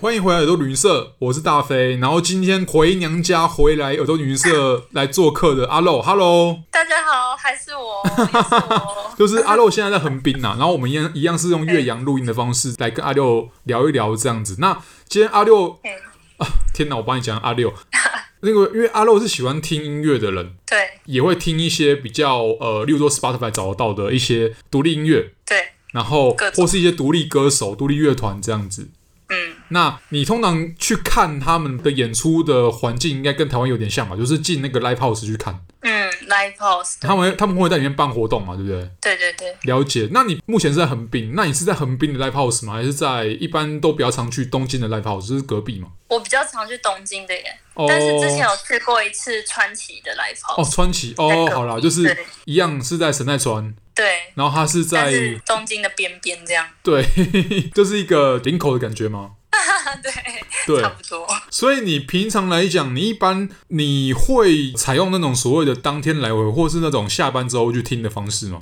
欢迎回来耳朵旅行社，我是大飞。然后今天回娘家回来耳朵旅行社来做客的阿肉，Hello，大家好，还是我，又是我就是阿肉现在在横滨呐、啊然后我们一样一样是用岳阳录音的方式来跟阿六聊一聊这样子。那今天阿六，嗯天哪，我帮你讲阿六， 那个因为阿肉是喜欢听音乐的人，对也会听一些比较呃，例如说 Spotify 找得到的一些独立音乐，对，然后各种或是一些独立歌手、独立乐团这样子。嗯，那你通常去看他们的演出的环境，应该跟台湾有点像吧？就是进那个 live house 去看，嗯，live house，他们他们会在里面办活动嘛，对不对？对对对，了解。那你目前是在横滨，那你是在横滨的 live house 吗？还是在一般都比较常去东京的 live house，就是隔壁嘛？我比较常去东京的耶，哦但是之前有去过一次川崎的 live 哦， house，川崎在隔哦，壁好啦，就是对一样是在神奈川，对，然后它是但在是东京的边边这样，对， 就是一个领口的感觉吗？ 对，对差，不多，所以你平常来讲，你一般你会采用那种所谓的当天来回，或是那种下班之后去听的方式吗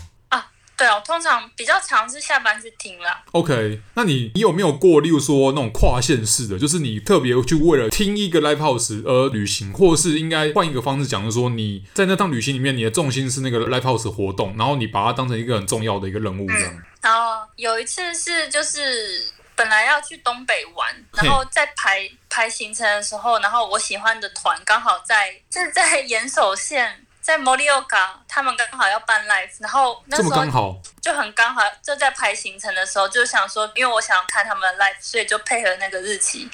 对哦，通常比较常是下班去听啦， ？OK，那你你有没有过，例如说那种跨县市的，就是你特别去为了听一个 live house 而旅行，或是应该换一个方式讲，就是说你在那趟旅行里面，你的重心是那个 live house 活动，然后你把它当成一个很重要的一个任务这样。然后有一次是就是本来要去东北玩，嘿然后在排排行程的时候，然后我喜欢的团刚好在就是在岩手县，在摩利欧港，他们刚好要办 live，然后那这时么刚候好，就很刚好，就在排行程的时候就想说，因为我想看他们的 live，所以就配合那个日期，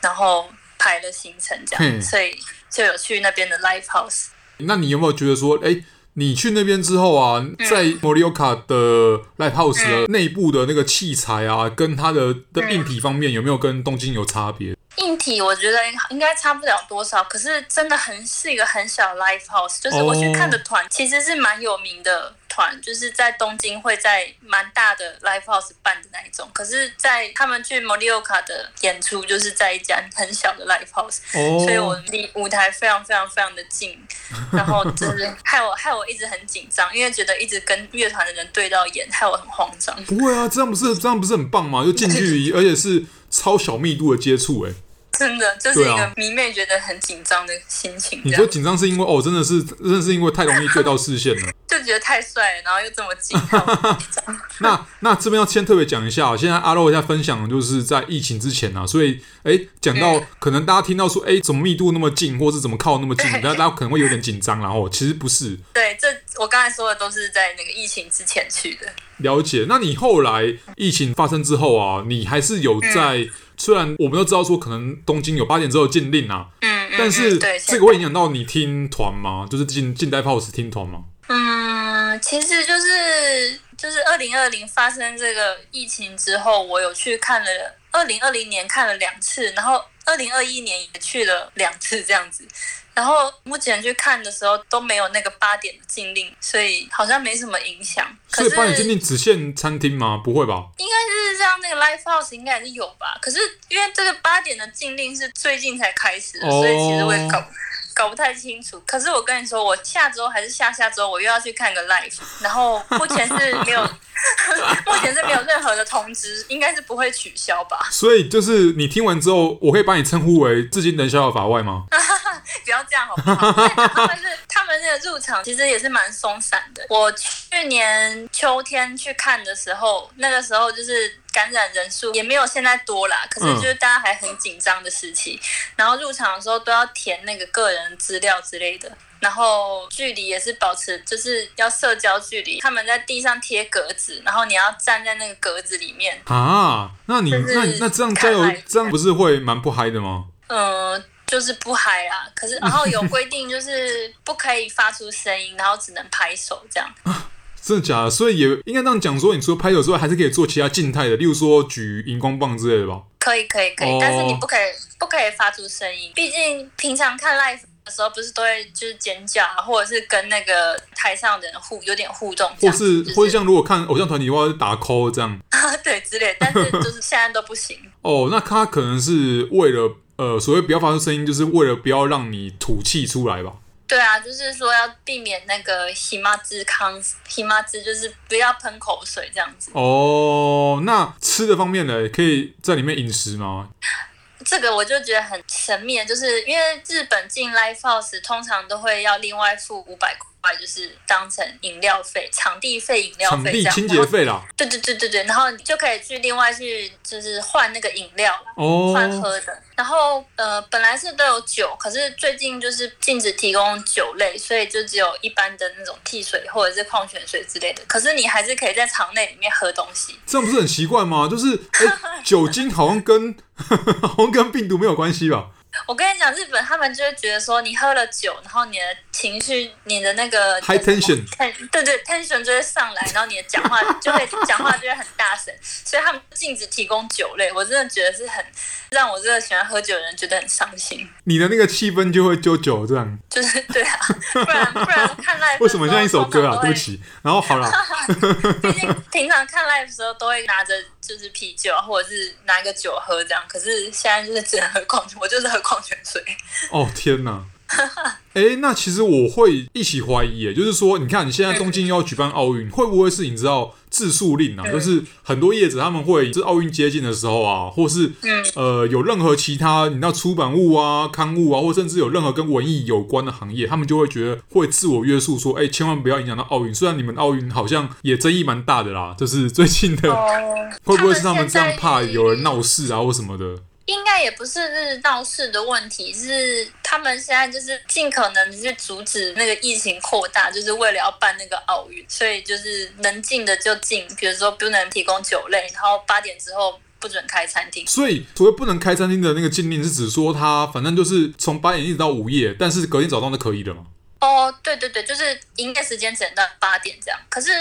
然后排了行程这嘿样，所以就有去那边的 live house。那你有没有觉得说，哎、你去那边之后啊，在 Morioka 的 Live House 的内部的那个器材啊，跟它的的嗯硬体方面有没有跟东京有差别？硬体我觉得应该差不了多少，可是真的很是一个很小的 live house，就是哦我去看的团其实是蛮有名的团，就是在东京会在蛮大的 live house 办的那一种，可是，在他们去 Morioka 的演出就是在一家很小的 live house，、哦，所以我离舞台非常非常非常的近，然后就是 害我害我一直很紧张，因为觉得一直跟乐团的人对到眼，害我很慌张。不会啊，这样不是这样不是很棒吗？就近距 离，而且是超小密度的接触、哎，真的就是对一啊个迷妹觉得很紧张的心情，你这说样。紧张是因为哦，真的是真的是因为太容易对到视线了。就觉得太帅了，然后又这么 近，然后我就紧张那那这边要先特别讲一下、现在阿肉在分享的就是在疫情之前啊，所以哎，讲、到可能大家听到说，哎、怎么密度那么近，或是怎么靠那么近，对大家大家可能会有点紧张啦，然后其实不是对，这我刚才说的都是在那个疫情之前去的。了解。那你后来疫情发生之后啊，你还是有在，嗯虽然我们都知道说可能东京有八点之后禁令啊，嗯，嗯但是嗯对这个会影响到你听团吗？就是近近代 pose 听团吗？嗯，其实就是就是二零二零发生这个疫情之后，我有去看了二零二零年看了两次，然后二零二一年也去了两次这样子。然后目前去看的时候都没有那个八点的禁令，所以好像没什么影响。可所是以八点禁令只限餐厅吗？不会吧？应该是像那个 Live House 应该也是有吧，可是因为这个八点的禁令是最近才开始的，哦所以其实我也搞搞不太清楚。可是我跟你说，我下周还是下下周我又要去看个 Live，然后目前是没有， 目前是没有任何的通知，应该是不会取消吧？所以就是你听完之后，我可以把你称呼为至今能逍遥法外吗？ 不要这样好不好？他们是他们那个入场其实也是蛮松散的。我去年秋天去看的时候，那个时候就是感染人数也没有现在多啦，可是就是大家还很紧张的时期，然后入场的时候都要填那个个人资料之类的。然后距离也是保持，就是要社交距离。他们在地上贴格子，然后你要站在那个格子里面，啊，那你就是那你那这样加油看来，这样不是会蛮不嗨的吗？嗯，就是不嗨啦。可是然后有规定，就是不可以发出声音，然后只能拍手这样。真的假的？所以也应该这样讲说，你除了拍手之外，还是可以做其他静态的，例如说举荧光棒之类的吧。可以，可以，可以，哦但是你不可以不可以发出声音，毕竟平常看 live 的时候，不是都会就是尖叫啊，或者是跟那个台上的人互有点互动或这样子，是就是、或是像如果看偶像团体的话，打 call 这样。 对之类的，但是就是现在都不行。哦，那他可能是为了呃，所谓不要发出声音，就是为了不要让你吐气出来吧。对啊，就是说要避免那个喜妈之康，喜妈之就是不要喷口水这样子。哦，那吃的方面呢，可以在里面饮食吗？这个我就觉得很神秘，就是因为日本进 live house 通常都会要另外付五百块，就是当成饮料费、场地费、饮料场费这地样。清然洁后费啦。对对对对对，然后你就可以去另外去就是换那个饮料。换哦，喝的，然后呃，本来是都有酒，可是最近就是禁止提供酒类，所以就只有一般的那种汽水或者是矿泉水之类的。可是你还是可以在场内里面喝东西，这样不是很奇怪吗？就是、哎酒精好像跟 好像跟病毒没有关系吧？我跟你讲，日本他们就会觉得说，你喝了酒，然后你的情绪、你的那个 High tension 对对对 tension 就会上来，然后你的讲话就 会讲话就会很大声，所以他们禁止提供酒类。我真的觉得是很让我这个喜欢喝酒的人觉得很伤心，你的那个气氛就会揪酒这样。就是对啊，不然不然看 live 为什么像一首歌啊？的时候对不，起。然后好了，通常都会毕竟平常看 live 的时候都会拿着就是啤酒啊或者是拿个酒喝这样，可是现在就是只能喝矿泉，我就是喝矿泉水。哦天哪！ 哎、那其实我会一起怀疑耶，就是说，你看你现在东京要举办奥运，会不会是你知道自塑令啊？嗯就是很多业者他们会，就是奥运接近的时候啊，或是嗯呃有任何其他你知道出版物啊、刊物啊，或甚至有任何跟文艺有关的行业，他们就会觉得会自我约束说，哎、千万不要影响到奥运。虽然你们奥运好像也争议蛮大的啦，就是最近的、哦，会不会是他们这样怕现在有人闹事啊或什么的？应该也不是是闹事的问题，是他们现在就是尽可能去阻止那个疫情扩大，就是为了要办那个奥运，所以就是能进的就进，比如说不能提供酒类，然后八点之后不准开餐厅。所以所谓不能开餐厅的那个禁令，是指说他反正就是从八点一直到午夜，但是隔天早上就可以了嘛。哦，对对对，就是营业时间只能到八点这样。可是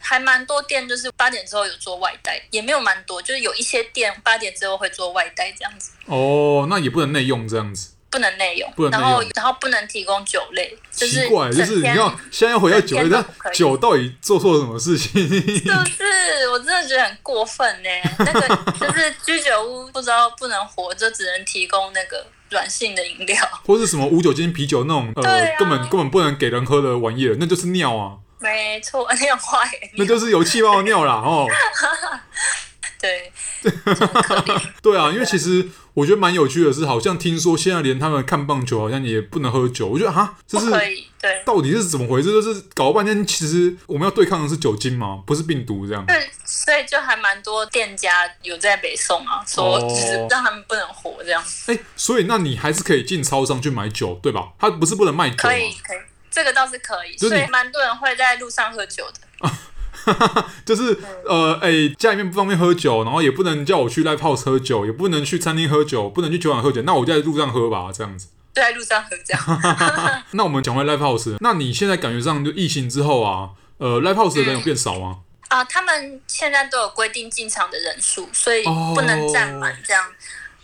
还蛮多店就是八点之后有做外带，也没有蛮多，就是有一些店八点之后会做外带这样子，哦，那也不能内用这样子，不能内容，不能内然用后然后不能提供酒类，就是奇怪，就是整你天要现在要回到酒类，整天但都不可以酒到底做错了什么事情？ 就是我真的觉得很过分呢、那 个就是居酒屋不知道不能活，就只能提供那个软性的饮料。或是什么无酒精啤酒那种呃、对啊根本根本不能给人喝的玩意儿，那就是尿 啊，没错，那样坏、那就是有气泡的尿啦 哦。对，对啊，因为其实我觉得蛮有趣的是，好像听说现在连他们看棒球好像也不能喝酒，我觉得哈，这不是可以，对。到底是怎么回事？就是搞了半天，其实我们要对抗的是酒精嘛，不是病毒这样。对，所以就还蛮多店家有在北宋啊，说哦就是让他们不能活这样。哎，所以那你还是可以进超商去买酒，对吧？它不是不能卖酒可以吗？，可以，这个倒是可以。哦就是所你以蛮多人会在路上喝酒的。就是呃，哎，家里面不方便喝酒，然后也不能叫我去 live house 喝酒，也不能去餐厅喝酒，不能去酒馆喝酒，那我就在路上喝吧，这样子。就在路上喝这样，那我们讲回 live house，那你现在感觉上就疫情之后啊，呃，live house 的人有变少吗？啊、他们现在都有规定进场的人数，所以哦不能占满这样。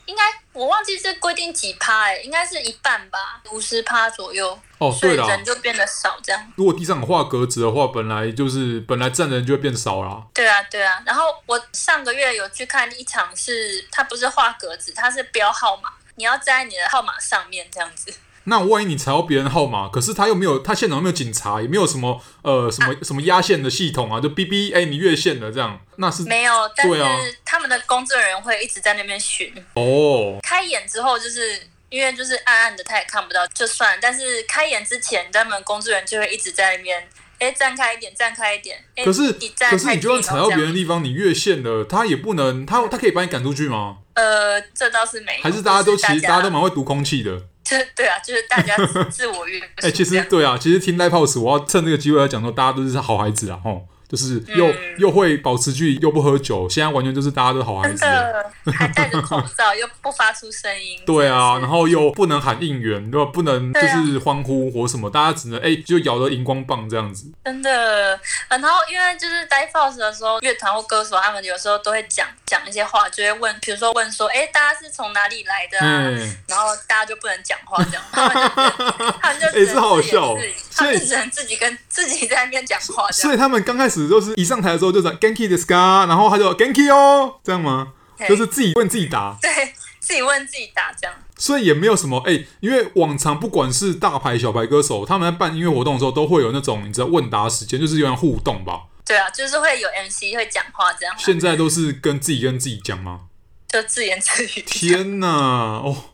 应该我忘记是规定几趴哎、应该是一半吧，五十趴左右，哦，所以对啦，人就变得少这样。如果地上有画格子的话，本来就是本来站的人就会变少啦。对啊，对啊。然后我上个月有去看一场是，它不是画格子，它是标号码，你要站在你的号码上面这样子。那万一你查到别人号码，可是他又没有，他现场又没有警察，也没有什么呃什么什么压线的系统啊，就哔哔，哎、你越线了这样，那是没有，但对啊是他们的工作人员会一直在那边巡。哦开演之后，就是因为就是暗暗的，他也看不到，就算了。但是开演之前，他们工作人员就会一直在那边，哎，站开一点，站开一点。诶可是哎你站可是太你就算近踩了到这别样人地方，你越线了，他也不能，他他可以把你赶出去吗？呃，这倒是没有，还是大家都就其实大家都蛮会读空气的？就是 对啊，就是大家自自我约束 这哎、样。其实对啊，其实听 live house，我要趁这个机会来讲说，大家都是好孩子啊，吼，就是又、嗯又会保持距离，又不喝酒，现在完全就是大家都好孩真子。 的还戴着口罩，又不发出声音。对啊，真然的是后又不能喊应援，对吧？不能就对啊是欢呼或什么，大家只能哎、就摇着荧光棒这样子。真的，呃然后因为就是在 Fox 的时候，乐团或歌手他们有时候都会讲讲一些话，就会问，比如说问说，哎，大家是从哪里来的啊？嗯，然后大家就不能讲话，这样，他们就只 能他们就只诶能这好好笑哦自己他所以们就只能自己跟自己在那边讲话，这所样以他们刚开始就是一上台的时候就讲 Genki d e s k a 然后他就 Genki 哦，这样吗？对就是自己问自己答，对自己问自己打这样。所以也没有什么哎、因为往常不管是大牌小牌歌手，他们在办音乐活动的时候都会有那种你知道问答时间，就是有点互动吧。对啊，就是会有 MC 会讲话这样啊。现在都是跟自己跟自己讲吗？就自言自语。天哪，哦，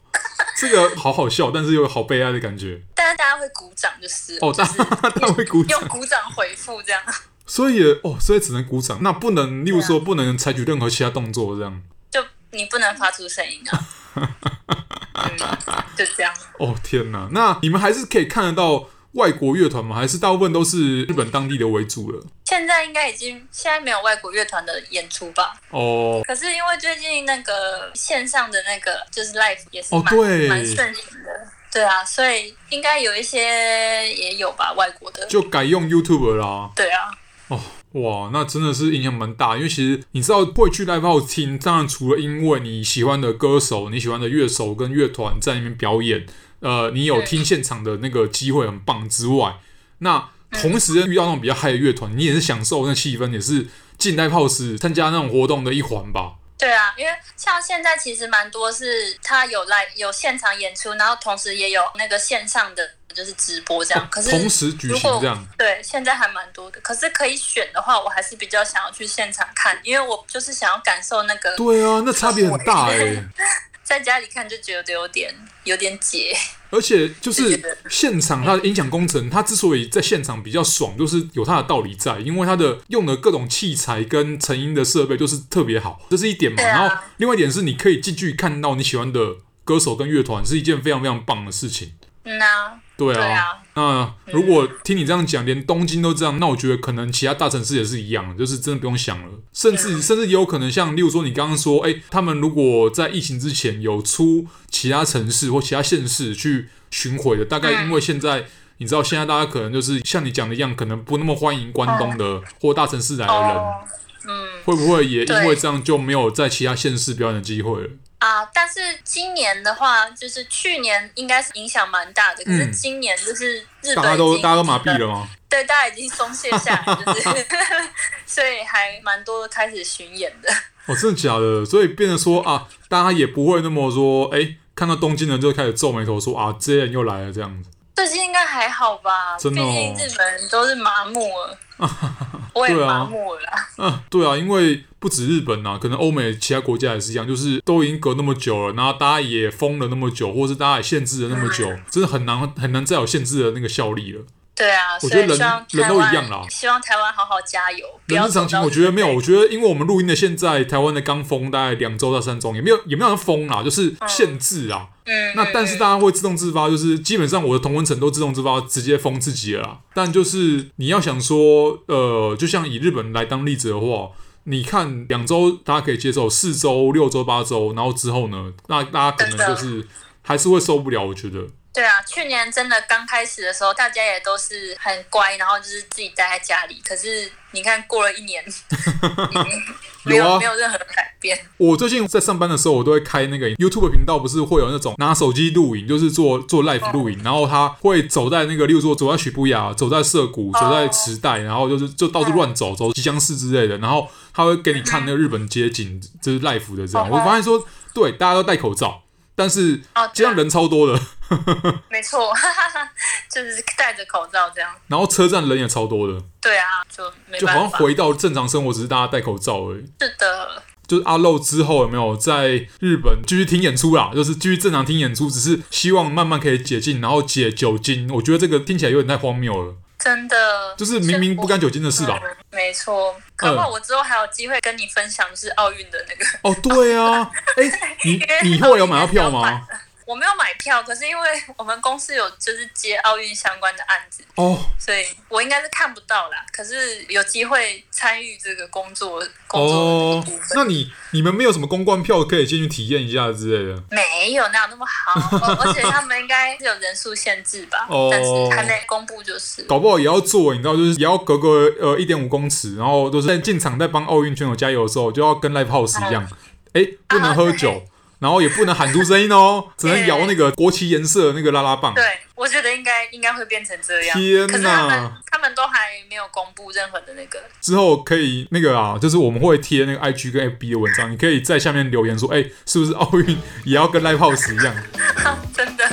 这个好好笑，但是又好悲哀的感觉。但是大家会鼓掌 就是了，哦，大就 是大会鼓掌用，鼓掌回复这样。所以也哦，所以只能鼓掌，那不能，例如对啊说不能采取任何其他动作这样。就你不能发出声音啊。 嗯，就这样。哦天哪，那你们还是可以看得到外国乐团吗？还是大部分都是日本当地的为主了？现在应该已经现在没有外国乐团的演出吧？哦可是因为最近那个线上的那个就是 l i f e 也是哦蛮对蛮盛行的，对啊，所以应该有一些也有吧，外国的。就改用 YouTube 啦。对啊，哦，哇，那真的是影响蛮大，因为其实你知道会去 live house 听，当然除了因为你喜欢的歌手、你喜欢的乐手跟乐团在那边表演，呃，你有嗯听现场的那个机会很棒之外，那嗯同时遇到那种比较嗨的乐团，你也是享受那气氛，也是进 live house 参加那种活动的一环吧。对啊，因为像现在其实蛮多是他有 l i v e 有现场演出，然后同时也有那个线上的就是直播这样。啊可是同时举如行果这样。对，现在还蛮多的。可是可以选的话，我还是比较想要去现场看，因为我就是想要感受那个对啊，那差别很大哎、在家里看就觉得有点有点解。而且就对是对对现场它的音响工程，它之所以在现场比较爽，就是有它的道理在，因为它的用的各种器材跟成音的设备就是特别好，这是一点嘛。对啊然后另外一点是，你可以近距离看到你喜欢的歌手跟乐团，是一件非常非常棒的事情。嗯呐、对对啊，啊，那嗯如果听你这样讲，连东京都这样，那我觉得可能其他大城市也是一样，就是真的不用想了。甚至嗯甚至也有可能像，例如说你刚刚说，哎、他们如果在疫情之前有出其他城市或其他县市去巡回的，大概因为现在。你知道现在大家可能就是像你讲的一样，可能不那么欢迎关东的或大城市来的人，嗯哦，嗯会不会也因为对这样就没有在其他县市表演的机会了？啊，但是今年的话，就是去年应该是影响蛮大的，可是嗯今年就是日本大家已都经呃大家都麻痹了吗？对，大家已经松懈下来，就是 所以还蛮多开始巡演的。哦，真的假的？所以变成说啊，大家也不会那么说，哎、看到东京人就开始皱眉头说啊，这些人又来了这样子。最近应该还好吧，真毕的哦竟日本人都是麻木 了，我也对啊麻木了啦。啊，对啊，因为不止日本啊，可能欧美其他国家也是一样，就是都已经隔那么久了，然后大家也封了那么久，或是大家也限制了那么久，真的很难很难再有限制的那个效力了。对啊，我所觉得人以希望人台都一湾样啦希望台湾好好加油，不人要之常走情，到我觉得没有，这一我步觉得因为我们录音的现在，台湾的刚封大概两周到三周，也没有也没有封啦，就是限制啊。嗯，那但是嗯大家会自动自发，就是基本上我的同温层都自动自发直接封自己了啦。但就是你要想说，呃，就像以日本来当例子的话，你看两周大家可以接受，四周、六周、八周，然后之后呢，那大家可能就是还是会受不了，我觉得。对啊，去年真的刚开始的时候，大家也都是很乖，然后就是自己待在家里。可是你看，过了 一年，没有有啊没有任何改变。我最近在上班的时候，我都会开那个 YouTube 频道，不是会有那种拿手机录影，就是做做 live 录影，然后他会走在那个，例如说走在许布雅，走在涩谷，哦走在池袋，然后就是就到处乱走，走吉江市之类的，然后他会给你看那个日本街景，就是 live 的这样。哦我发现说，对，大家都戴口罩，但是哦，街对啊上人超多的， 没错， 哈哈哈，就是戴着口罩这样。然后车站人也超多的，对啊，就没就好像办法。回到正常生活，只是大家戴口罩而已。是的，就是阿漏之后有没有在日本继续听演出啦？就是继续正常听演出，只是希望慢慢可以解禁，然后解酒精。我觉得这个听起来有点太荒谬了，真的就是明明不干酒精的事吧？嗯没错，可嗯不好我之后还有机会跟你分享，就是奥运的那个。 哦，对啊，哎、你你后来有买到票吗？我没有买票，可是因为我们公司有就是接奥运相关的案子，哦，所以我应该是看不到啦。可是有机会参与这个工作工作哦的这个部分，那你你们没有什么公关票可以进去体验一下之类的？没有哪有那么 好，哦而且他们应该是有人数限制吧，哦但是还没公布就是。搞不好也要做，你知道，就是也要隔个呃一点五公尺，然后都是在进场在帮奥运选手加油的时候，就要跟 live house 一样，哎、不能喝酒，然后也不能喊出声音哦，只能摇那个国旗颜色的那个拉拉棒。对，我觉得应该应该会变成这样。天可是哪他们他们都还没有公布任何的那个，之后可以那个啊，就是我们会贴那个 IG 跟 FB 的文章，你可以在下面留言说，哎、是不是奥运也要跟 live house 一样？真的。